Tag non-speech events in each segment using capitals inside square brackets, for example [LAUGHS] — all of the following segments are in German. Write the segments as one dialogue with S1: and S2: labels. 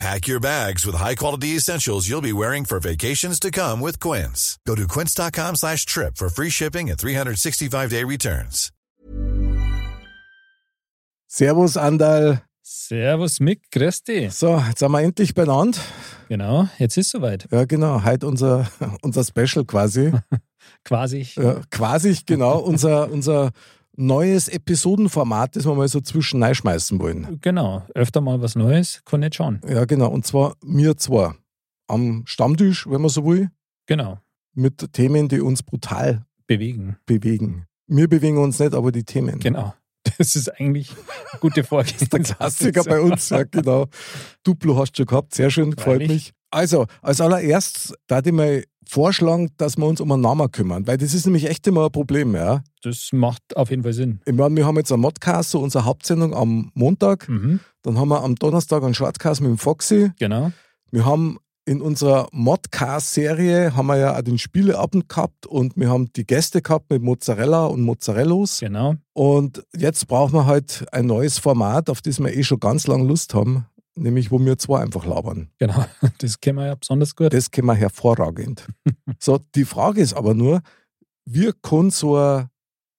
S1: Pack your bags with high-quality essentials you'll be wearing for vacations to come with Quince. Go to quince.com slash trip for free shipping and 365-day returns.
S2: Servus, Andal.
S3: Servus Mick, grüß dich.
S2: So, jetzt sind wir endlich benannt.
S3: Genau, jetzt ist soweit.
S2: Ja, genau. Heute unser, [LAUGHS] unser Special quasi.
S3: Quasi.
S2: Ja, quasi, genau. Unser, unser neues Episodenformat, das wir mal so zwischen schmeißen wollen.
S3: Genau, öfter mal was Neues, kann nicht schauen.
S2: Ja, genau. Und zwar mir zwar am Stammtisch, wenn man so will,
S3: Genau,
S2: mit Themen, die uns brutal
S3: bewegen.
S2: Mhm. bewegen. Wir bewegen uns nicht, aber die Themen.
S3: Genau. [LAUGHS] Das ist eigentlich eine gute
S2: [LAUGHS]
S3: Vorgehensweise.
S2: Der Klassiker bei uns, ja genau. Duplo hast du schon gehabt, sehr schön, gefreut
S3: Freilich.
S2: mich. Also, als allererstes da ich mal vorschlagen, dass wir uns um einen Namen kümmern, weil das ist nämlich echt immer ein Problem, ja.
S3: Das macht auf jeden Fall Sinn.
S2: Ich meine, wir haben jetzt einen Modcast, so unsere Hauptsendung am Montag,
S3: Mhm,
S2: dann haben wir am Donnerstag einen Shortcast mit dem Foxy,
S3: genau.
S2: wir haben in unserer Modcast-Serie haben wir ja auch den Spieleabend gehabt und wir haben die Gäste gehabt mit Mozzarella und Mozzarellos.
S3: Genau.
S2: Und jetzt brauchen wir halt ein neues Format, auf das wir eh schon ganz lange Lust haben, nämlich wo wir zwei einfach labern.
S3: Genau. [LAUGHS] Das kennen wir ja besonders gut.
S2: Das können wir
S3: [LAUGHS]
S2: hervorragend. so, die Frage ist aber nur, wie kann so ein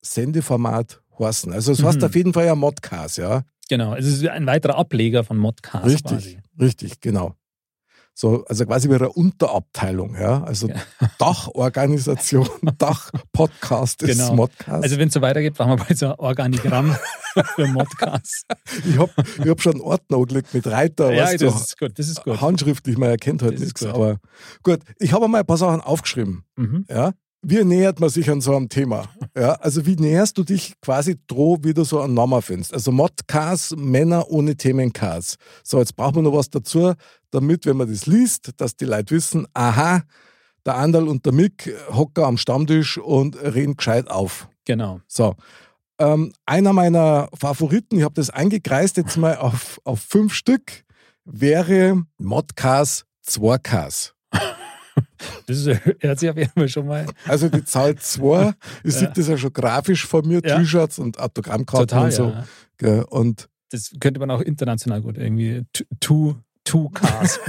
S2: Sendeformat heißen? Also es heißt
S3: Mhm.
S2: auf jeden Fall ja Modcast, ja?
S3: Genau. Es ist ein weiterer Ableger von Modcast
S2: richtig,
S3: Also quasi.
S2: richtig, genau. So, also quasi wie eine Unterabteilung, ja? Also
S3: Ja.
S2: [LAUGHS]
S3: [LAUGHS]
S2: Dachorganisation, Dachpodcast ist
S3: Genau.
S2: Modcast.
S3: Also wenn es so weitergeht, brauchen wir bald so ein
S2: [LAUGHS]
S3: Organigramm für Modcast.
S2: ich habe ich hab schon einen Ordner angelegt mit Reiter,
S3: ja,
S2: weißt
S3: das
S2: du,
S3: ist gut. Das ist gut.
S2: handschriftlich, man erkennt halt
S3: Das ist
S2: nichts.
S3: gut.
S2: Aber gut, ich habe mal ein paar Sachen aufgeschrieben.
S3: Mhm.
S2: Ja? Wie nähert man sich an so einem Thema? Ja? Also wie näherst du dich quasi droh, wie du so einen Namen findest? Also Modcars, Männer ohne Themencars. So, jetzt braucht man noch was dazu, damit, wenn man das liest, dass die Leute wissen, aha, der Andal und der Mick hocken am Stammtisch und reden gescheit auf.
S3: Genau.
S2: So. Ähm, einer meiner Favoriten, ich habe das eingekreist jetzt mal auf, auf fünf Stück, wäre Modcars 2Ks.
S3: Das ist, [LAUGHS] hört sich auf jeden Fall schon mal
S2: Also die Zahl 2, ich
S3: [LAUGHS] Ja.
S2: sehe das ja schon grafisch vor mir,
S3: Ja.
S2: T-Shirts und Autogrammkarten
S3: total.
S2: und so.
S3: ja.
S2: gell. Und
S3: das könnte man auch international gut irgendwie t- two two [LAUGHS] cars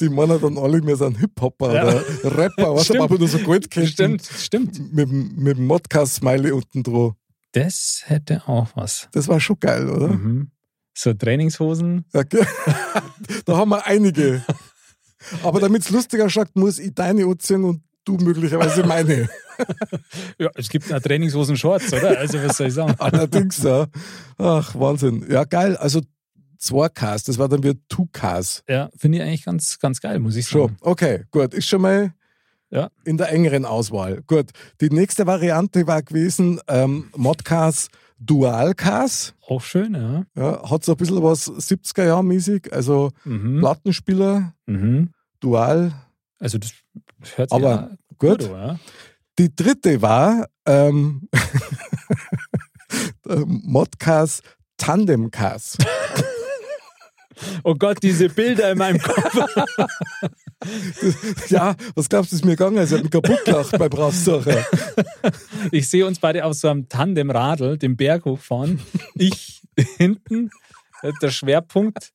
S2: die meinen dann alle, wir sind Hip-Hopper
S3: Ja.
S2: oder Rapper,
S3: [LAUGHS]
S2: was
S3: Stimmt.
S2: aber nur so gut kennt.
S3: stimmt
S2: Mit, dem- mit dem Modcast-Smiley unten drauf.
S3: das hätte auch was
S2: Das war schon geil, oder?
S3: mhm. so Trainingshosen
S2: Ja, gell. [LAUGHS] da haben wir einige. Aber damit es lustiger schaut, muss ich deine anziehen und du möglicherweise meine.
S3: ja es gibt ja Trainingshosen Shorts oder also was soll ich sagen
S2: [LAUGHS] Allerdings, ja. Ach, Wahnsinn. Ja, geil. Also 2Ks, das war dann wieder 2Ks.
S3: [LAUGHS] ja finde ich eigentlich ganz ganz geil muss ich sagen
S2: Schon. Mhm. Okay, gut. Ist schon mal
S3: Ja.
S2: in der engeren Auswahl. Gut. Die nächste Variante war gewesen, ähm, Modcars Dualcars.
S3: auch schön ja
S2: Ja, hat so ein bisschen was 70er-Jahr-mäßig. Also
S3: mhm.
S2: Plattenspieler,
S3: Mhm.
S2: Dual.
S3: also das hört sich
S2: Aber
S3: ja
S2: Gut.
S3: an, oder?
S2: Die dritte war ähm, [LAUGHS] Modcars Tandemcars.
S3: oh Gott diese Bilder in [LAUGHS] meinem Kopf
S2: ja, was glaubst du, ist mir gegangen? ist? Ich hab mich kaputt gelacht beim Raussuchen.
S3: Ich sehe uns beide auf so einem Tandemradl den Berg hochfahren. Ich hinten, äh, der Schwerpunkt,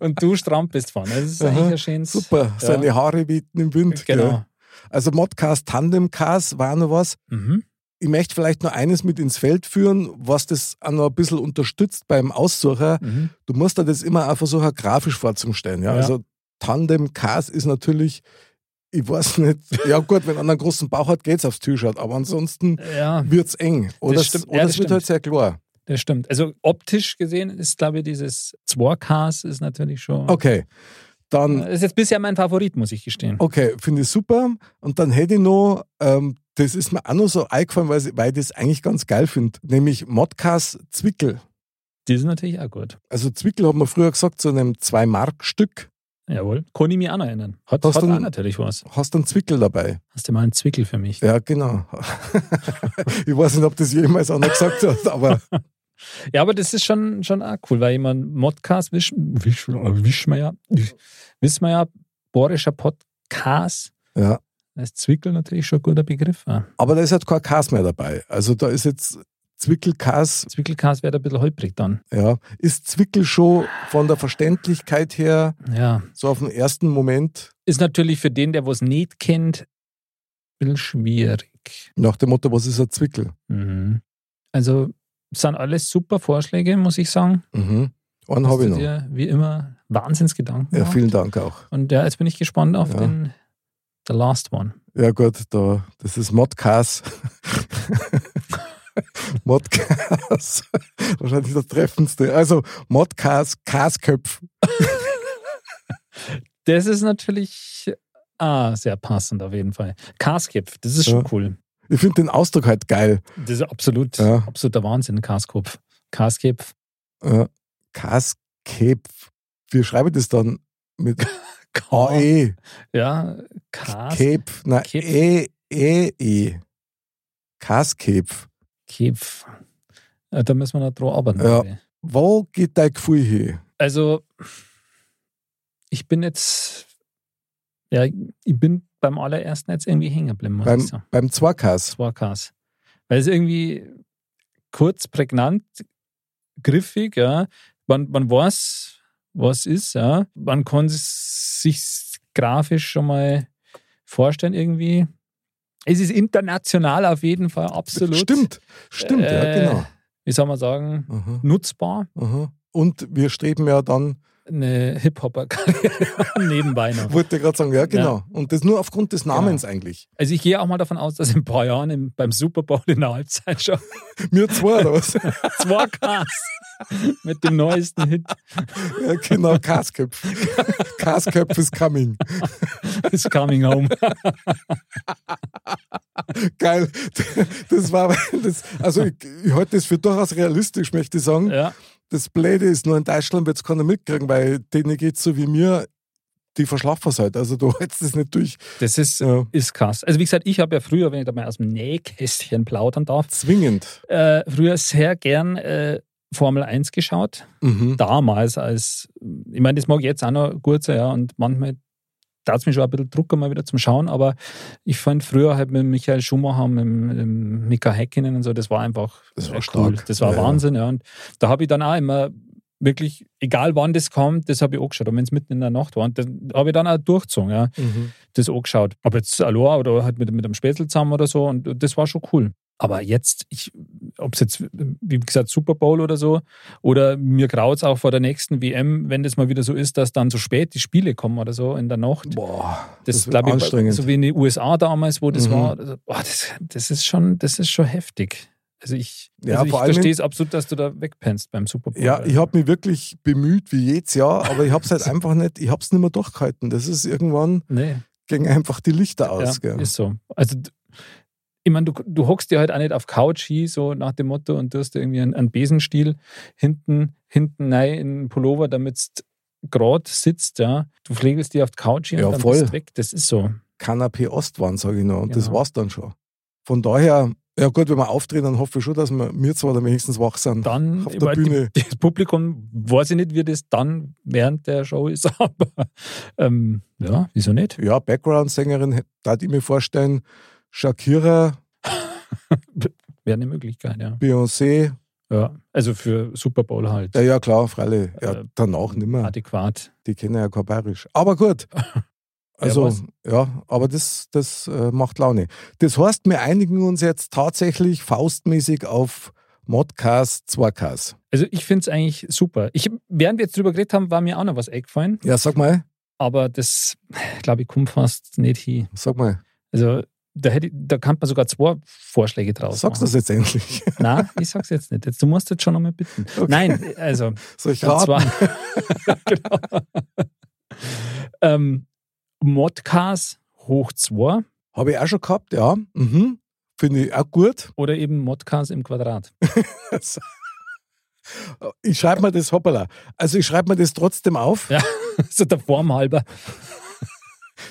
S3: und du strampelst vorne. Das ist
S2: Aha,
S3: eigentlich ein schönes.
S2: Super,
S3: Ja.
S2: seine Haare wehten im Wind.
S3: Genau.
S2: Gell? Also Modcars, Tandemcars war noch was.
S3: Mhm.
S2: Ich möchte vielleicht noch eines mit ins Feld führen, was das auch noch ein bisschen unterstützt beim Aussuchen.
S3: Mhm.
S2: Du musst dir das immer auch versuchen, grafisch vorzustellen. Ja?
S3: Ja.
S2: Also Tandemcars ist natürlich, ich weiß nicht, ja gut, wenn einer einen großen Bauch hat, geht's aufs T-Shirt, aber ansonsten
S3: Ja,
S2: wird's eng. Oder, es-
S3: stimmt. Ja,
S2: oder
S3: das
S2: es wird
S3: stimmt.
S2: halt sehr klar.
S3: das stimmt. Also optisch gesehen ist, glaube ich, dieses 2Ks ist natürlich schon.
S2: Okay, dann,
S3: Ist jetzt bisher mein Favorit, muss ich gestehen.
S2: okay, finde ich super. Und dann hätte ich noch, ähm, das ist mir auch noch so eingefallen, weil, ich- weil ich das eigentlich ganz geil finde, nämlich Modcars Zwickel.
S3: Die ist natürlich auch gut.
S2: Also Zwickel hat man früher gesagt, zu einem Zwei-Mark-Stück.
S3: Jawohl. Kann ich mich auch noch erinnern. Hat,
S2: Hast
S3: hat
S2: du-
S3: auch natürlich was.
S2: Hast einen Zwickel dabei.
S3: Hast du mal einen Zwickel für mich?
S2: Ja, genau. [LAUGHS] ich weiß nicht, ob das jemals einer gesagt hat, aber
S3: Ja, aber das ist schon, schon auch cool, weil immer ein Modcast, wisch, wisch, wisch wir ja, wissen wir ja, borischer Podcast,
S2: ja.
S3: da ist Zwickel natürlich schon ein guter Begriff. Auch.
S2: Aber da ist halt kein Kas mehr dabei. Also da ist jetzt Zwickelkas,
S3: Zwickelcast wäre da ein bisschen holprig dann.
S2: ja. Ist Zwickel schon von der Verständlichkeit her
S3: Ja.
S2: so auf den ersten Moment
S3: Ist natürlich für den, der was nicht kennt, ein bisschen schwierig.
S2: nach dem Motto, was ist ein Zwickel?
S3: Mhm. Also sind alles super Vorschläge, muss ich sagen.
S2: Mhm. Einen
S3: Hast
S2: habe ich
S3: du
S2: noch.
S3: dir wie immer Wahnsinnsgedanken
S2: Ja,
S3: gemacht.
S2: vielen Dank auch.
S3: Und ja, jetzt bin ich gespannt auf
S2: Ja.
S3: den The Last One.
S2: Ja gut, da, das ist Modcas. [LAUGHS] Modcas. Wahrscheinlich das Treffendste. Also Modcas, Kasköpf.
S3: Das ist natürlich ah, sehr passend auf jeden Fall. Kaskopf, das ist schon
S2: Ja.
S3: cool.
S2: Ich finde den Ausdruck halt geil.
S3: Das ist absolut,
S2: Ja.
S3: absoluter Wahnsinn, Kaskopf. Kaskopf,
S2: Äh, Kasköpf. Wie schreibe ich das dann?
S3: [LAUGHS]
S2: Mit AE.
S3: ja, Kas-
S2: Kepf. Na,
S3: Kepf.
S2: E, E, E. Kaskepf.
S3: Kopf. Ja, Da müssen wir noch dran arbeiten.
S2: Ja.
S3: glaube ich.
S2: Wo geht dein Gefühl hin?
S3: Also, ich bin jetzt, ja, ich bin beim allerersten jetzt irgendwie hängen geblieben, muss ich
S2: Beim,
S3: sagen.
S2: beim Zwarkas.
S3: Zwarkas. Weil es irgendwie kurz, prägnant, griffig, ja. Man, man weiß, was ist, ja. Man kann es sich grafisch schon mal vorstellen, irgendwie. Es ist international auf jeden Fall, absolut.
S2: Stimmt, stimmt,
S3: Äh,
S2: ja, genau.
S3: Wie soll man sagen?
S2: Aha,
S3: Nutzbar.
S2: aha. Und wir streben ja dann
S3: Eine Hip-Hopper-Karriere nebenbei noch.
S2: Wollte gerade sagen, ja, genau. Und das nur aufgrund des Namens eigentlich.
S3: Also ich gehe auch mal davon aus, dass in ein paar Jahren im, beim Super Bowl in der Halbzeit schon
S2: Mir zwei oder was?
S3: Zwarkas mit dem neuesten Hit
S2: ja, genau, Kasköpf. Kasköpf is coming.
S3: is coming home.
S2: Geil. Das war, das, also ich, ich halte das für durchaus realistisch, möchte ich sagen.
S3: Ja,
S2: Das Blöde ist, nur in Deutschland wird es keiner mitkriegen, weil denen geht so wie mir, die verschlafen es halt. Also du hältst das nicht durch.
S3: das ist,
S2: Ja.
S3: ist krass. Also wie gesagt, ich habe ja früher, wenn ich da mal aus dem Nähkästchen plaudern darf,
S2: Zwingend.
S3: äh, früher sehr gern äh, Formel 1 geschaut.
S2: Mhm.
S3: Damals als, ich meine, das mag ich jetzt auch noch gut sein, ja, und manchmal tat es mir schon ein bisschen Druck, mal wieder zum Schauen, aber ich fand früher halt mit Michael Schumacher, mit, dem- mit dem Mika Häkkinen und so, das war einfach
S2: Das war
S3: äh,
S2: stark.
S3: Das war
S2: Ja, ja.
S3: Wahnsinn, ja. Und da habe ich dann auch immer wirklich, egal wann das kommt, das habe ich auch geschaut. Und wenn es mitten in der Nacht war, und das habe ich dann auch durchgezogen, ja.
S2: Mhm.
S3: das angeschaut. Ob jetzt Aloha oder halt mit, mit einem Spätzle zusammen oder so. Und das war schon cool. Aber jetzt, ich, ob es jetzt, wie gesagt, Super Bowl oder so, oder mir graut es auch vor der nächsten WM, wenn das mal wieder so ist, dass dann so spät die Spiele kommen oder so in der Nacht.
S2: Boah,
S3: das
S2: das wird
S3: glaube ich,
S2: anstrengend.
S3: so wie in den USA damals, wo das
S2: Mhm.
S3: war. Also, boah, das, das, ist schon, das ist schon heftig. Also ich,
S2: Ja,
S3: also ich
S2: vor allem-
S3: verstehe es absolut, dass du da wegpennst beim Super Bowl.
S2: Ja, ich habe mich wirklich bemüht, wie jedes Jahr, aber ich habe es
S3: [LAUGHS]
S2: halt einfach nicht, ich habe es nicht mehr durchgehalten. Das ist irgendwann,
S3: Nee.
S2: gingen einfach die Lichter aus.
S3: ja,
S2: gell?
S3: ist so. Also, d- ich meine, du, du hockst dir halt auch nicht auf Couch hin, so nach dem Motto, und du hast irgendwie einen, einen Besenstiel hinten, hinten rein in den Pullover, damit du gerade sitzt, ja. Du pflegelst dir auf die Couch hin
S2: Ja,
S3: und dann
S2: voll.
S3: bist du weg. Das ist so.
S2: Kanapé Ost waren, sage ich noch. Und das
S3: Genau.
S2: war's dann schon. Von daher, ja gut, wenn wir auftreten, dann hoffe ich schon, dass wir, wir zwar dann wenigstens wach sind.
S3: Dann
S2: Auf der
S3: weil die-
S2: Bühne.
S3: [LAUGHS] das Publikum, weiß ich nicht, wie das dann während der Show ist, [LAUGHS] aber ähm, ja, wieso nicht?
S2: Ja, Background-Sängerin, da ich mir vorstellen, Shakira,
S3: Wäre eine Möglichkeit, ja.
S2: Beyoncé,
S3: ja. Also für Super Bowl halt.
S2: ja, ja klar, freilich. Ja,
S3: Äh,
S2: danach nimmer.
S3: Adäquat.
S2: Die kennen ja kein Bayerisch. Aber
S3: [LAUGHS]
S2: gut. Also,
S3: weiß.
S2: ja, aber das, das äh, macht Laune. Das heißt, wir einigen uns jetzt tatsächlich faustmäßig auf Modcast, Zwarkas.
S3: Also ich finde es eigentlich super. Ich, während wir jetzt drüber geredet haben, war mir auch noch was eingefallen,
S2: Ja, sag mal,
S3: aber das, glaube ich, kommt fast nicht hin.
S2: sag mal,
S3: Also da, hätte, ich- da kann man sogar zwei Vorschläge draus
S2: sagst du das jetzt endlich? [LAUGHS]
S3: machen. Nein, ich sag's jetzt nicht. Jetzt, du musst jetzt schon nochmal bitten. Nein,
S2: [LAUGHS]
S3: also
S2: Soll ich
S3: und
S2: raten?
S3: zwar [LAUGHS] genau. ähm, Modcast hoch 2
S2: Habe ich auch schon gehabt, ja. Mhm. Finde ich auch gut. [LAUGHS]
S3: oder eben Modcast im Quadrat.
S2: Ich schreibe mir das, hoppala. Also ich schreibe mir das trotzdem auf.
S3: Ja, [LAUGHS] so der Form halber.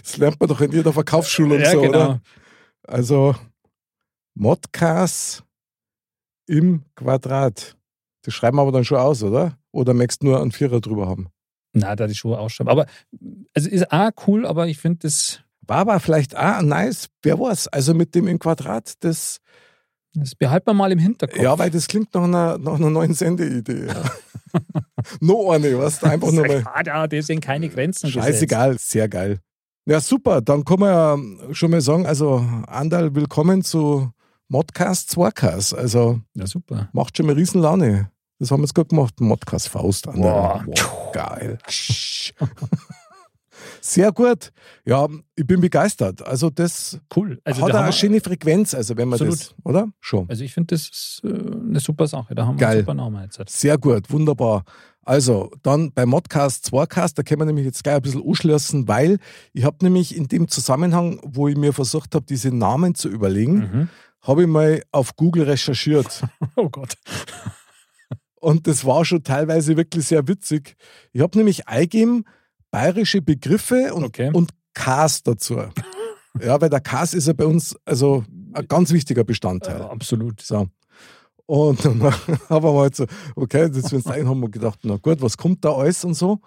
S2: Das lernt man doch in jeder Verkaufsschulung
S3: ja,
S2: so, oder?
S3: genau.
S2: Also Modcast im Quadrat. Das schreiben wir aber dann schon aus, oder? Oder möchtest du nur einen Vierer drüber haben?
S3: Na, da die Schuhe ausschreiben. Aber also ist auch cool, aber ich finde das,
S2: War aber vielleicht auch nice, wer weiß. Also mit dem im Quadrat, das,
S3: das behalten wir mal im Hinterkopf.
S2: ja, weil das klingt nach einer, nach einer neuen Sendeidee. Ja. [LAUGHS] no eine, was? Einfach
S3: [LAUGHS]
S2: nur mal.
S3: Ah, da, dem sind keine Grenzen
S2: Scheißegal, sehr geil. Ja, super, dann kann man ja schon mal sagen, also Andal, willkommen zu Modcast Zwarkas. Also
S3: gesetzt. Ja, super.
S2: macht schon mal riesen Laune. Das haben wir jetzt gut gemacht, Modcast Faust. Anderl.
S3: Boah.
S2: Boah, geil.
S3: Ah,
S2: Sehr gut. Ja, ich bin begeistert. Also das
S3: Cool. Also,
S2: hat
S3: da
S2: eine
S3: haben wir,
S2: schöne Frequenz, also wenn man das, oder? Schon.
S3: also ich finde, das ist äh, eine super Sache. Da haben wir
S2: Geil.
S3: einen super Namen jetzt.
S2: Sehr gut, wunderbar. Also, dann bei Modcast, Zwarcast, da können wir nämlich jetzt gleich ein bisschen anschließen, weil ich habe nämlich in dem Zusammenhang, wo ich mir versucht habe, diese Namen zu überlegen,
S3: Mhm. [LAUGHS]
S2: habe ich mal auf Google recherchiert.
S3: Oh Gott.
S2: Und das war schon teilweise wirklich sehr witzig. Ich habe nämlich eingegeben, bayerische Begriffe und,
S3: Okay.
S2: und Cast dazu. Ja, weil der Cast ist ja bei uns also ein ganz wichtiger
S3: Äh,
S2: Bestandteil.
S3: absolut.
S2: So. Und dann [LAUGHS] haben wir halt so, okay, das sind wir haben wir gedacht, na gut, was kommt da alles und so.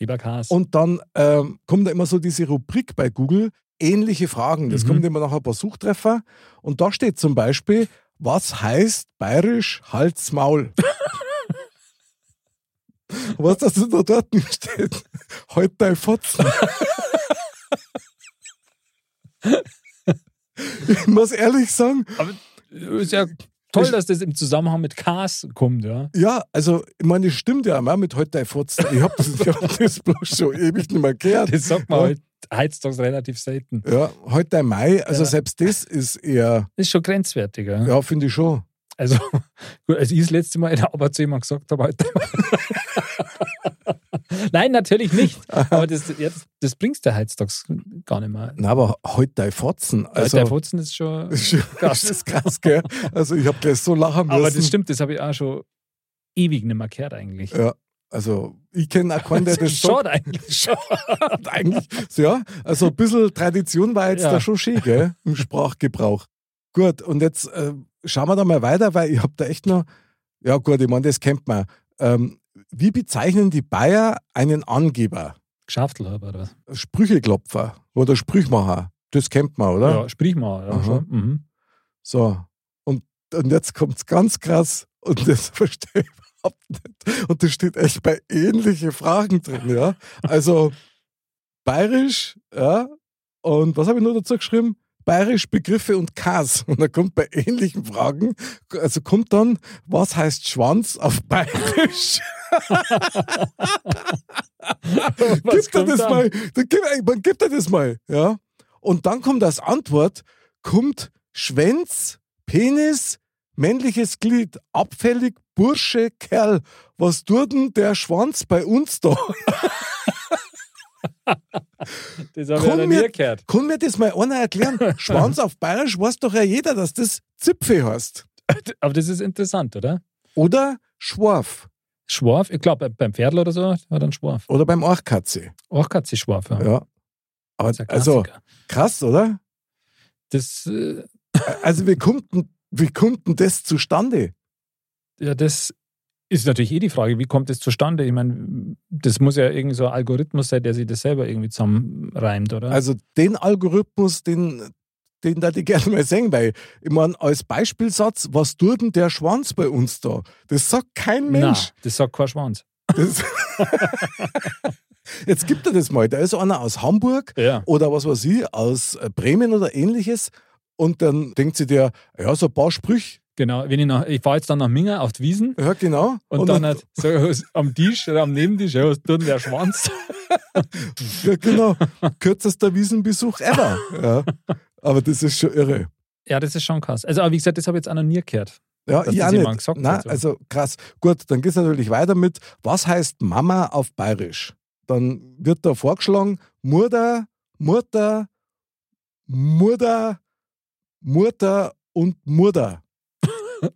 S3: Lieber Kars.
S2: Und dann ähm, kommt da immer so diese Rubrik bei Google, ähnliche Fragen. Das
S3: Mhm.
S2: kommt immer nach ein paar Suchtreffer. Und da steht zum Beispiel, was heißt bayerisch Hals, Maul? [LAUGHS] was das da dort steht? Halt dein Fotzen. ich muss ehrlich sagen,
S3: ist ja toll, dass das im Zusammenhang mit Kars kommt, ja.
S2: Ja, also, ich meine, das stimmt ja auch mit heute dein Furzen. Ich hab das, ich hab das bloß schon ewig nicht mehr gehört.
S3: Das sagt man
S2: Ja.
S3: halt heutzutage relativ selten.
S2: Ja, heute dein Mai, also
S3: Ja.
S2: selbst das ist eher,
S3: Ist schon grenzwertiger.
S2: ja, finde ich schon.
S3: Also, [LAUGHS] gut, als ich das letzte Mal in der Arbeit zu jemandem gesagt habe, heute. [LAUGHS] Nein, natürlich nicht. Aber das, ja, das, das bringst du heutzutage gar nicht mehr.
S2: Na, aber heute dein Furzen,
S3: Also,
S2: also,
S3: der Fotzen ist schon.
S2: [LAUGHS] ist schon-
S3: Krass.
S2: das ist krass, gell? Also, ich hab gleich so lachen müssen.
S3: Aber das stimmt, das habe ich auch schon ewig nicht mehr gehört eigentlich.
S2: Ja, also, ich kenne auch keinen, der Äh,
S3: [LAUGHS]
S2: das
S3: Schade
S2: [LAUGHS]
S3: eigentlich schon.
S2: sagt, eigentlich. [LAUGHS] So, ja, also, ein bisschen Tradition war jetzt
S3: Ja.
S2: da schon schön, gell? Im Sprachgebrauch. Gut, und jetzt äh, schauen wir da mal weiter, weil ich hab da echt noch, ja, gut, ich meine, das kennt man. Ähm, wie bezeichnen die Bayer einen Angeber?
S3: Geschafft, Leute, oder was?
S2: Sprücheklopfer oder Sprüchmacher. Das kennt man, oder?
S3: Ja, sprich mal. Ja,
S2: Aha.
S3: schon. Mhm.
S2: So. Und, und jetzt kommt es ganz krass und [LAUGHS] das verstehe ich überhaupt nicht. Und das steht echt bei ähnliche Fragen drin, ja. Also bayerisch, ja. Und was habe ich nur dazu geschrieben? Bayerisch Begriffe und Kas. Und da kommt bei ähnlichen Fragen, also kommt dann, was heißt Schwanz auf [LAUGHS] bayerisch?
S3: Was
S2: [LAUGHS] gib dir
S3: kommt
S2: das
S3: dann?
S2: mal. Dann gib, ey, man, gib dir das mal. Ja? Und dann kommt als Antwort, kommt Schwänz, Penis, männliches Glied, abfällig, Bursche, Kerl. Was tut denn der Schwanz bei uns da? [LAUGHS]
S3: Das habe ich
S2: Komm
S3: ja noch
S2: mir-
S3: nie gehört.
S2: Kann mir das mal einer erklären?
S3: [LAUGHS]
S2: Schwanz auf Bayerisch weiß doch ja jeder, dass das Zipfe heißt.
S3: Aber das ist interessant, oder?
S2: Oder Schwarf.
S3: Schwarf, ich glaube, beim Pferdl oder so hat er einen Schwarf.
S2: Oder beim Orchkatze.
S3: Auch Katze Schwarf, ja.
S2: Ja. Aber,
S3: Ah. Das ist ein
S2: also,
S3: Klassiker.
S2: krass, oder?
S3: das, äh,
S2: Also, wie kommt denn, wie kommt denn das zustande?
S3: ja, das ist natürlich eh die Frage, wie kommt das zustande? Ich meine, das muss ja irgendwie so ein Algorithmus sein, der sich das selber irgendwie zusammenreimt, oder?
S2: Also den Algorithmus, den, den da die gerne mal sehen, weil ich meine, als Beispielsatz, was tut denn der Schwanz bei uns da? Das sagt kein Mensch.
S3: Nein, das sagt kein Schwanz.
S2: Das [LAUGHS] Jetzt gibt er das mal. Da ist einer aus Hamburg
S3: Ja.
S2: oder was weiß ich, aus äh, Bremen oder ähnliches. Und dann denkt sie dir, ja, so ein paar Sprüche.
S3: Genau, wenn ich, nach, ich fahre jetzt dann nach Minga auf die Wiesen
S2: Ja, genau.
S3: und, dann halt so, aus- am Tisch oder am Nebentisch, ja, was tut denn der Schwanz? [LAUGHS]
S2: ja, genau. Kürzester Wiesenbesuch ever. Ja. Aber das ist schon irre.
S3: ja, das ist schon krass. Also, aber wie gesagt, das habe ich jetzt auch noch nie gehört.
S2: Ja,
S3: dass
S2: ich
S3: das
S2: auch
S3: jemand
S2: nicht.
S3: gesagt
S2: Nein,
S3: hat, so.
S2: also krass. Gut, dann geht es natürlich weiter mit, was heißt Mama auf Bayerisch? Dann wird da vorgeschlagen, Murder, Mutter, Murder, Mutter und Murder.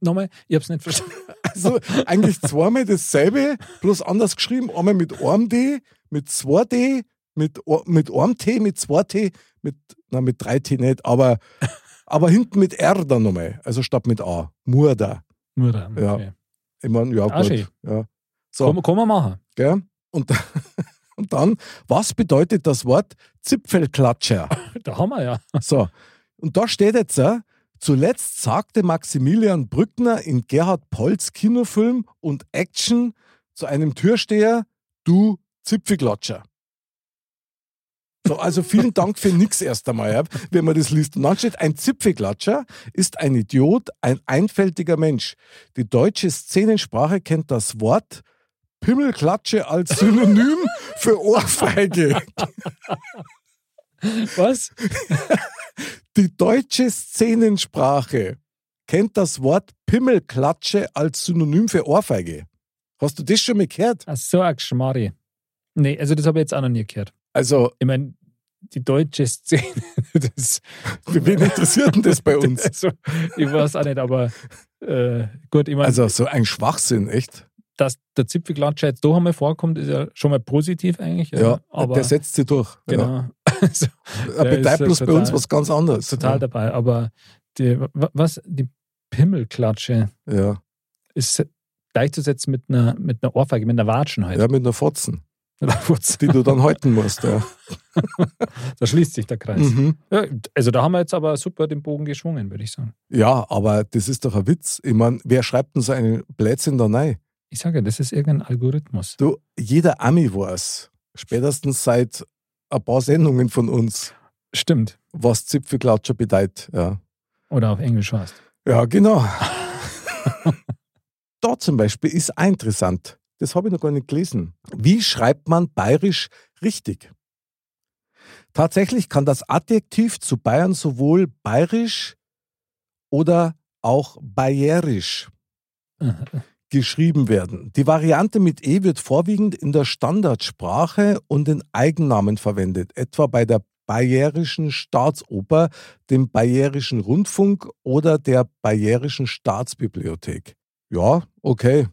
S3: Nochmal, ich hab's nicht verstanden.
S2: Also eigentlich zweimal dasselbe, bloß anders geschrieben. Einmal mit einem D, mit zwei D, mit, o- mit einem T, mit zwei T, mit, nein, mit drei T nicht, aber, aber hinten mit R dann nochmal. Also statt mit A. Murder.
S3: Nur da.
S2: Ja.
S3: Okay.
S2: Ich meine, ja,
S3: Ah, schön.
S2: gut. Ja. So,
S3: Kann, kann man machen.
S2: gell? Und, [LAUGHS] dann- und dann, was bedeutet das Wort Zipfelklatscher?
S3: Da haben wir ja.
S2: [LAUGHS] So, und da steht jetzt, äh, zuletzt sagte Maximilian Brückner in Gerhard Polls Kinofilm und Action zu einem Türsteher, du Zipfelklatscher. So, also vielen Dank für nix erst einmal, ja, wenn man das liest. Und dann steht, ein Zipfelklatscher ist ein Idiot, ein einfältiger Mensch. Die deutsche Szenensprache kennt das Wort Pimmelklatsche als Synonym für Ohrfeige.
S3: Was?
S2: Die deutsche Szenensprache kennt das Wort Pimmelklatsche als Synonym für Ohrfeige. Hast du das schon mal gehört?
S3: Ach, so ein Geschmarri. Nee, also das habe ich jetzt auch noch nie gehört.
S2: Also, [LAUGHS]
S3: Ich meine, die deutsche Szene, [LAUGHS] das,
S2: wen interessiert denn das bei uns?
S3: also, ich weiß auch nicht, aber äh, gut, ich meine,
S2: Also, so ein Schwachsinn, echt.
S3: dass der Zipfelklatscher jetzt da einmal vorkommt, ist ja schon mal positiv eigentlich.
S2: Ja,
S3: aber
S2: der setzt sie durch. Ja.
S3: genau. [LAUGHS] Also,
S2: Er
S3: der
S2: bedeutet
S3: ist
S2: bloß bei
S3: total-
S2: uns was ganz anderes.
S3: total dabei. Aber die, wa- was, die Pimmelklatsche
S2: Ja,
S3: ist gleichzusetzen mit einer, mit einer Ohrfeige, mit einer Watschen halt.
S2: ja mit einer Fotzen, die
S3: da
S2: du dann halten musst. Ja.
S3: [LAUGHS] schließt sich der Kreis.
S2: Mhm.
S3: Ja, also da haben wir jetzt aber super den Bogen geschwungen, würde ich sagen.
S2: ja, aber das ist doch ein Witz. Ich meine, wer schreibt denn so einen Blödsinn da rein?
S3: Ich sage, das ist irgendein Algorithmus.
S2: Du, jeder Ami weiß, spätestens seit ein paar Sendungen von uns,
S3: Stimmt.
S2: was Zipfelklatscher bedeutet. Ja,
S3: Oder auf Englisch heißt.
S2: ja genau. [LAUGHS] da zum Beispiel ist auch interessant, das habe ich noch gar nicht gelesen. Wie schreibt man bayerisch richtig? Tatsächlich kann das Adjektiv zu Bayern sowohl bayerisch oder auch [LAUGHS] bayerisch geschrieben werden. Die Variante mit E wird vorwiegend in der Standardsprache und in Eigennamen verwendet, etwa bei der Bayerischen Staatsoper, dem Bayerischen Rundfunk oder der Bayerischen Staatsbibliothek. Ja, okay.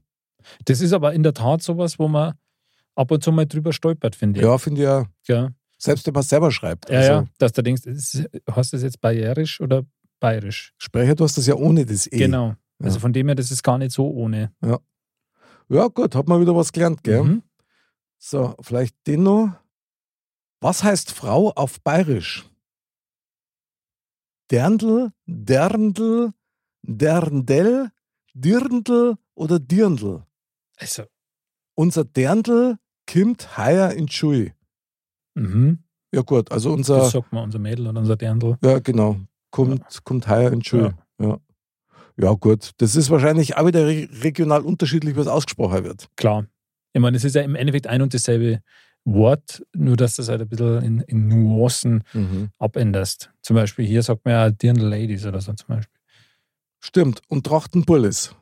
S3: Das ist aber in der Tat sowas, wo man ab und zu mal drüber stolpert, finde ich.
S2: Ja, finde ich ja,
S3: Gell?
S2: selbst wenn man es selber schreibt.
S3: Ja,
S2: also,
S3: ja. Dass du denkst, ist, hast du das jetzt bayerisch oder bayerisch?
S2: Sprecher, du hast das ja ohne das E.
S3: Genau. Also
S2: Ja.
S3: von dem her, das ist gar nicht so ohne.
S2: Ja, gut, hat man wieder was gelernt, gell?
S3: Mhm.
S2: So, vielleicht den noch. Was heißt Frau auf Bayerisch? Derndl, Derndl, Derndl, Dirndl oder Dirndl?
S3: Also,
S2: Unser Derndl kimmt heuer in Schui.
S3: mhm.
S2: Ja gut, also
S3: das
S2: unser,
S3: sagt man unser Mädel und unser Dirndl.
S2: ja genau, kommt, kommt heuer in Schui. Ja. Ja. gut, das ist wahrscheinlich auch wieder re- regional unterschiedlich, was ausgesprochen wird.
S3: Klar. Ich meine, es ist ja im Endeffekt ein und dasselbe Wort, nur dass das halt ein bisschen in, in Nuancen abänderst. Zum Beispiel hier sagt man ja Dirndl Ladies oder so zum Beispiel.
S2: Stimmt, und Trachtenbullis.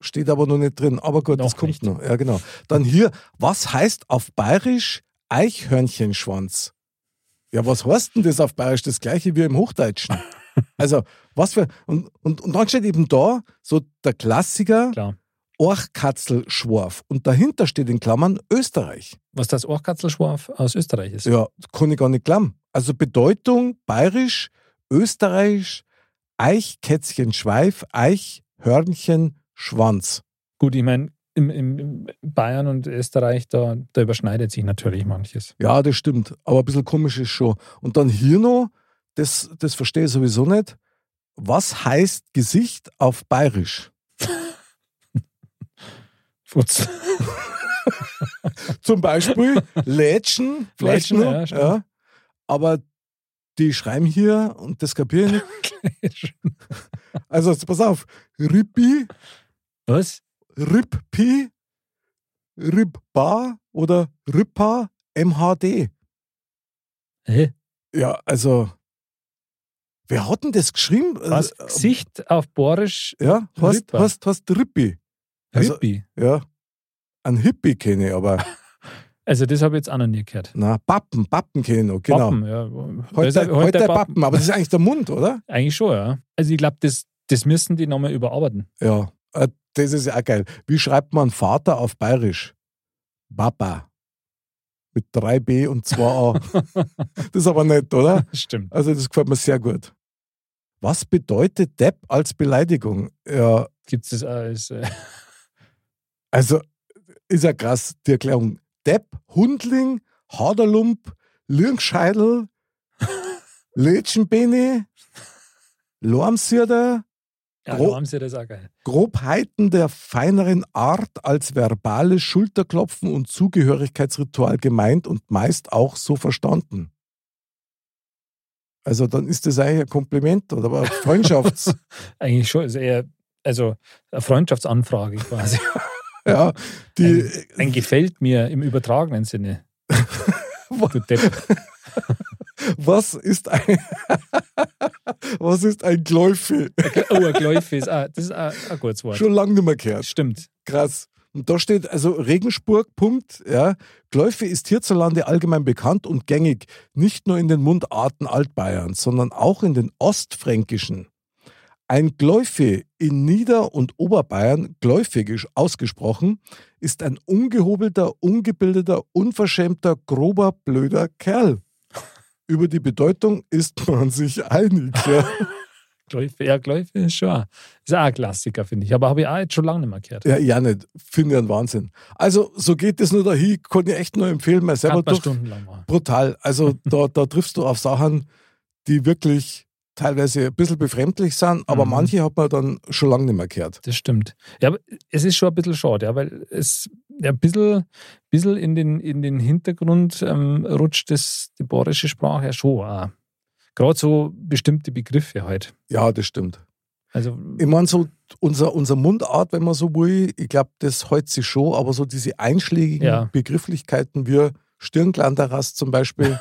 S2: Steht aber noch nicht drin. Aber gut, das
S3: Noch
S2: kommt
S3: nicht.
S2: noch. Ja, genau. Dann hier, was heißt auf Bayerisch Eichhörnchenschwanz? Ja, was heißt denn das auf Bayerisch? Das gleiche wie im
S3: [LAUGHS]
S2: Hochdeutschen. Also, was für. Und, und, und dann steht eben da so der Klassiker
S3: Klar.
S2: Orchkatzelschwarf. Und dahinter steht in Klammern Österreich.
S3: Was das Orchkatzelschwarf aus Österreich ist.
S2: Ja, kann ich gar nicht glauben. Also Bedeutung bayerisch, österreichisch, Eichkätzchenschweif, Eichhörnchen, Schwanz.
S3: Gut, ich meine, im, im, im Bayern und Österreich, da, da überschneidet sich natürlich manches.
S2: Ja, das stimmt. Aber ein bisschen komisch ist schon. Und dann hier noch, das, das verstehe ich sowieso nicht. Was heißt Gesicht auf bayerisch?
S3: Futz.
S2: Zum Beispiel Lätschen, vielleicht
S3: Lätschen,
S2: noch,
S3: ja,
S2: ja,
S3: stimmt.
S2: Aber die schreiben hier und das kapiere ich nicht. Also, jetzt pass auf. Rippi,
S3: [LAUGHS] Was?
S2: RIPP, RIPBA oder RIPA MHD.
S3: Hä?
S2: Ja, also, wer hat denn das geschrieben?
S3: Was?
S2: Äh,
S3: Gesicht auf Borisch
S2: Ja, hast,
S3: Rippa.
S2: hast, hast Rippi. Also-
S3: Hippie.
S2: Ja. Ein Hippie kenne ich,
S3: [LAUGHS]
S2: aber
S3: Also, das habe ich jetzt auch noch nie gehört.
S2: na, Pappen, Pappen kenne ich noch, genau.
S3: Pappen, ja. Da
S2: Heute,
S3: ist er-
S2: heute,
S3: heute
S2: der
S3: Pappen.
S2: Pappen, aber das ist eigentlich der Mund, oder?
S3: Eigentlich schon, ja. Also ich glaube, das, Das müssen die
S2: [LAUGHS]
S3: nochmal überarbeiten.
S2: Ja, äh, das ist ja auch geil. Wie schreibt man Vater auf Bayerisch? Papa. Mit 3b und
S3: [LAUGHS]
S2: 2a. das ist aber nett, oder?
S3: Stimmt.
S2: Also, das gefällt mir sehr gut. Was bedeutet Depp als Beleidigung? Ja,
S3: Gibt es das auch als. Äh,
S2: also ist ja krass, die Erklärung. Depp, Hundling, Haderlump, Lirngscheidel, Lötschenbene, Lormsirder,
S3: ja,
S2: Gro-
S3: da haben sie das auch geil.
S2: Grobheiten der feineren Art als verbales Schulterklopfen und Zugehörigkeitsritual gemeint und meist auch so verstanden. Also dann ist das eigentlich ein Kompliment oder aber Freundschafts.
S3: Eigentlich schon. Ist eher, also eine
S2: [LAUGHS]
S3: Freundschaftsanfrage quasi.
S2: ja, die,
S3: ein, ein gefällt mir im
S2: [LAUGHS]
S3: übertragenen Sinne. du Depp.
S2: was ist ein [LAUGHS] Was ist ein Gläufi?
S3: Oh, ein Gläufe ist auch, das ist auch ein gutes Wort.
S2: Schon lange nicht mehr gehört.
S3: Stimmt.
S2: Krass. Und da steht also Regensburg, Punkt. Ja. Gläufe ist hierzulande allgemein bekannt und gängig, nicht nur in den Mundarten Altbayerns, sondern auch in den ostfränkischen. Ein Gläufe in Nieder- und Oberbayern, gläufig ist ausgesprochen, ist ein ungehobelter, ungebildeter, unverschämter, grober, blöder Kerl. Über die Bedeutung ist man sich einig. Ja.
S3: Gläufe, ja, Gläufe ist schon auch, ist auch ein Klassiker, finde ich. Aber habe ich auch jetzt schon lange nicht mehr gehört.
S2: Ja, ja nicht. Finde ich einen Wahnsinn. Also, so geht es nur dahin. Kann ich echt nur empfehlen, mal
S3: Kann
S2: selber
S3: man
S2: durch.
S3: stundenlang machen.
S2: Brutal.
S3: [LAUGHS]
S2: Also, da, da triffst du auf Sachen, die wirklich teilweise ein bisschen befremdlich sind, aber
S3: Mhm.
S2: manche hat man dann schon lange nicht mehr gehört.
S3: Das stimmt. Ja, aber es ist schon ein bisschen schade, ja, weil es ja, ein bisschen, bisschen in, den, in den Hintergrund ähm, rutscht das, die bayerische Sprache ja schon auch. Gerade so bestimmte Begriffe halt.
S2: Ja, das stimmt.
S3: Also,
S2: Ich meine, so unser, unser Mundart, wenn man so will, ich glaube, das hält sich schon, aber so diese einschlägigen
S3: Ja.
S2: Begrifflichkeiten wie Stirnglanderrast zum
S3: [LAUGHS]
S2: Beispiel,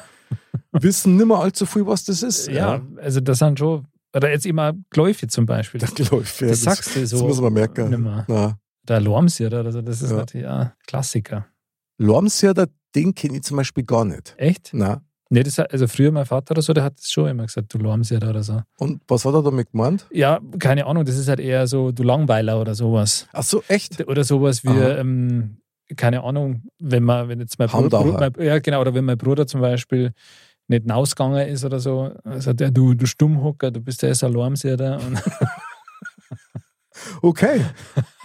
S2: wissen nicht mehr allzu viel, was das ist.
S3: ja, also das sind schon, oder jetzt immer Gläufe zum
S2: [LAUGHS]
S3: Beispiel.
S2: Das
S3: Das,
S2: läuft ja. Das,
S3: sagst du so.
S2: das muss man merken.
S3: Nimmer.
S2: Na.
S3: Der Lormsirder, also das ist
S2: Ja.
S3: natürlich ein Klassiker.
S2: Lormsirder, den kenne ich zum Beispiel gar nicht.
S3: Echt?
S2: Na.
S3: Nee, das, also früher mein Vater oder so, der hat das schon immer gesagt, du Lormsirder oder so.
S2: Und was hat er damit gemeint?
S3: Ja, keine Ahnung, das ist halt eher so, du Langweiler oder sowas.
S2: Ach so, echt?
S3: Oder sowas wie,
S2: Aha.
S3: ähm, keine Ahnung, wenn man, wenn jetzt mein Bruder,
S2: Hamdauer.
S3: Bruder mein, ja genau, oder wenn mein Bruder zum Beispiel nicht hinausgegangen ist oder so, dann sagt er, du, du Stummhocker, du bist der Alarmsirder. Und [LAUGHS]
S2: Okay.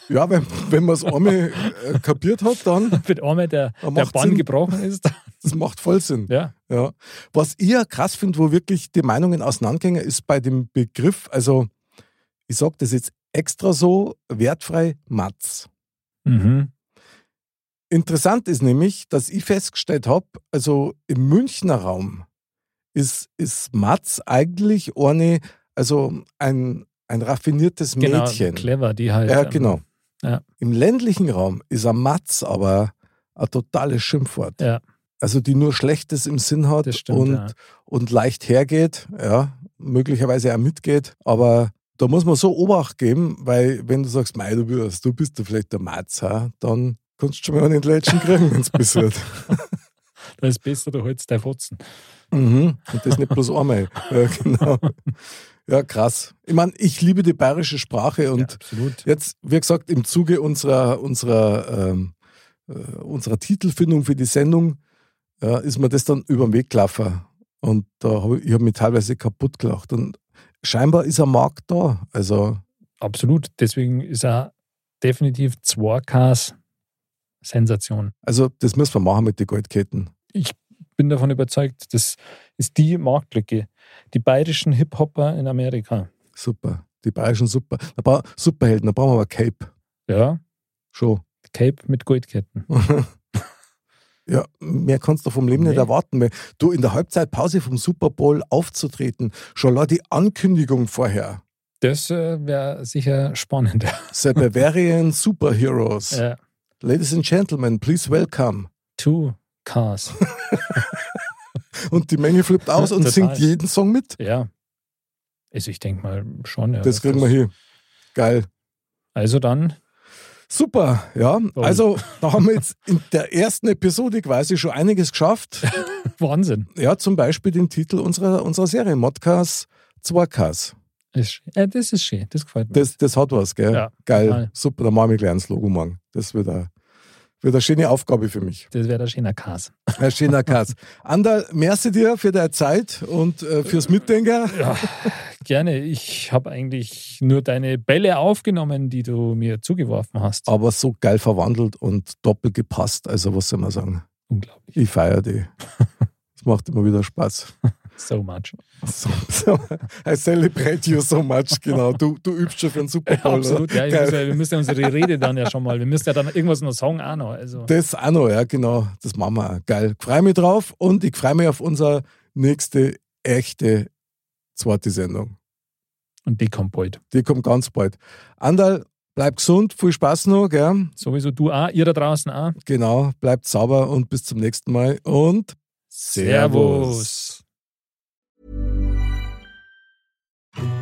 S2: Ja, wenn, wenn man es einmal äh, kapiert hat, dann
S3: mit einmal der,
S2: Dann
S3: der
S2: macht's
S3: Bann
S2: Sinn. [LAUGHS]
S3: gebrochen ist.
S2: das macht voll Sinn.
S3: ja,
S2: Ja. Was ich ja krass finde, wo wirklich die Meinungen auseinandergehen, ist bei dem Begriff, also ich sage das jetzt extra so, wertfrei Matz.
S3: mhm.
S2: Interessant ist nämlich, dass ich festgestellt habe, also im Münchner Raum ist, ist Matz eigentlich ohne, also ein, ein raffiniertes
S3: genau,
S2: Mädchen.
S3: clever, die halt.
S2: ja,
S3: ähm,
S2: genau.
S3: ja.
S2: Im ländlichen Raum ist ein Matz aber ein totales Schimpfwort.
S3: Ja.
S2: Also die nur Schlechtes im Sinn hat
S3: Das stimmt,
S2: und,
S3: ja.
S2: und leicht hergeht, ja, möglicherweise auch mitgeht, aber da muss man so Obacht geben, weil wenn du sagst, mei, du bist, du bist da vielleicht der Matz, ha, dann kannst du schon mal einen Entlätschen kriegen, wenn es bis wird.
S3: Da ist besser, du holst dein Fotzen.
S2: Mhm. Und das nicht bloß einmal. Ja, genau. Ja, krass. Ich meine, ich liebe die bayerische Sprache und
S3: ja, absolut.
S2: Jetzt, wie gesagt, im Zuge unserer, unserer, ähm, äh, unserer Titelfindung für die Sendung äh, ist mir das dann über den Weg gelaufen. Und da hab ich, ich habe mich teilweise kaputt gelacht. Und scheinbar ist ein Markt da. Also,
S3: Absolut. Deswegen ist er definitiv 2Ks Sensation.
S2: also das müssen wir machen mit den Goldketten.
S3: Bin davon überzeugt, das ist die Marktlücke. Die bayerischen Hip-Hopper in Amerika.
S2: Super. Die bayerischen Super. Da bra Superhelden, da brauchen wir aber Cape.
S3: Ja,
S2: Schon. [LAUGHS]
S3: Cape mit Goldketten.
S2: Ja, mehr kannst du vom Leben nicht
S3: Nee.
S2: erwarten. Weil du in der Halbzeitpause vom Super Bowl aufzutreten, schon allein die Ankündigung vorher.
S3: Das äh, wäre sicher spannend. [LAUGHS]
S2: The Bavarian Superheroes.
S3: Ja.
S2: Ladies and Gentlemen, please welcome.
S3: Two Cars.
S2: Und die Menge flippt aus und
S3: Total.
S2: singt jeden Song mit.
S3: Ja. Also ich denke mal schon. Ja,
S2: Das kriegen wir hier. Geil.
S3: Also dann, [LAUGHS]
S2: Super, ja. Also, da haben wir jetzt in der ersten Episode quasi schon einiges geschafft.
S3: Wahnsinn.
S2: Ja, zum Beispiel den Titel unserer, unserer Serie, Modcast 2Ks.
S3: Ist, sch- ja, das ist schön, das gefällt mir.
S2: Das, das hat was, gell?
S3: Ja,
S2: Geil.
S3: total.
S2: Super, dann mache ich mir gleich ein Logo morgen. Das wird eine, wird eine schöne Aufgabe für mich.
S3: das wäre ein schöner Kas.
S2: Ein schöner Katz. Andal, merci dir für deine Zeit und äh, fürs Mitdenken.
S3: Ja, gerne. Ich habe eigentlich nur deine Bälle aufgenommen, die du mir zugeworfen hast.
S2: Aber so geil verwandelt und doppelt gepasst. Also, was soll man sagen?
S3: Unglaublich.
S2: Ich feiere die. Es macht immer wieder Spaß.
S3: So much.
S2: So, so, [LAUGHS] I celebrate you so much, genau. Du, du übst schon für einen Super Bowl.
S3: Absolut, ja,
S2: oder?
S3: ich
S2: Geil.
S3: muss ja, wir müssen ja unsere Rede dann ja schon mal, wir müssen ja dann irgendwas noch sagen auch noch. Also,
S2: Das auch noch, ja, genau. Das machen wir. auch. Geil. Ich freue mich drauf und ich freue mich auf unsere nächste echte zweite Sendung.
S3: und die kommt bald.
S2: Die kommt ganz bald. Andal, bleib gesund, viel Spaß noch, gell?
S3: Sowieso du auch, ihr da draußen auch.
S2: Genau, bleibt sauber und bis zum nächsten Mal und Servus.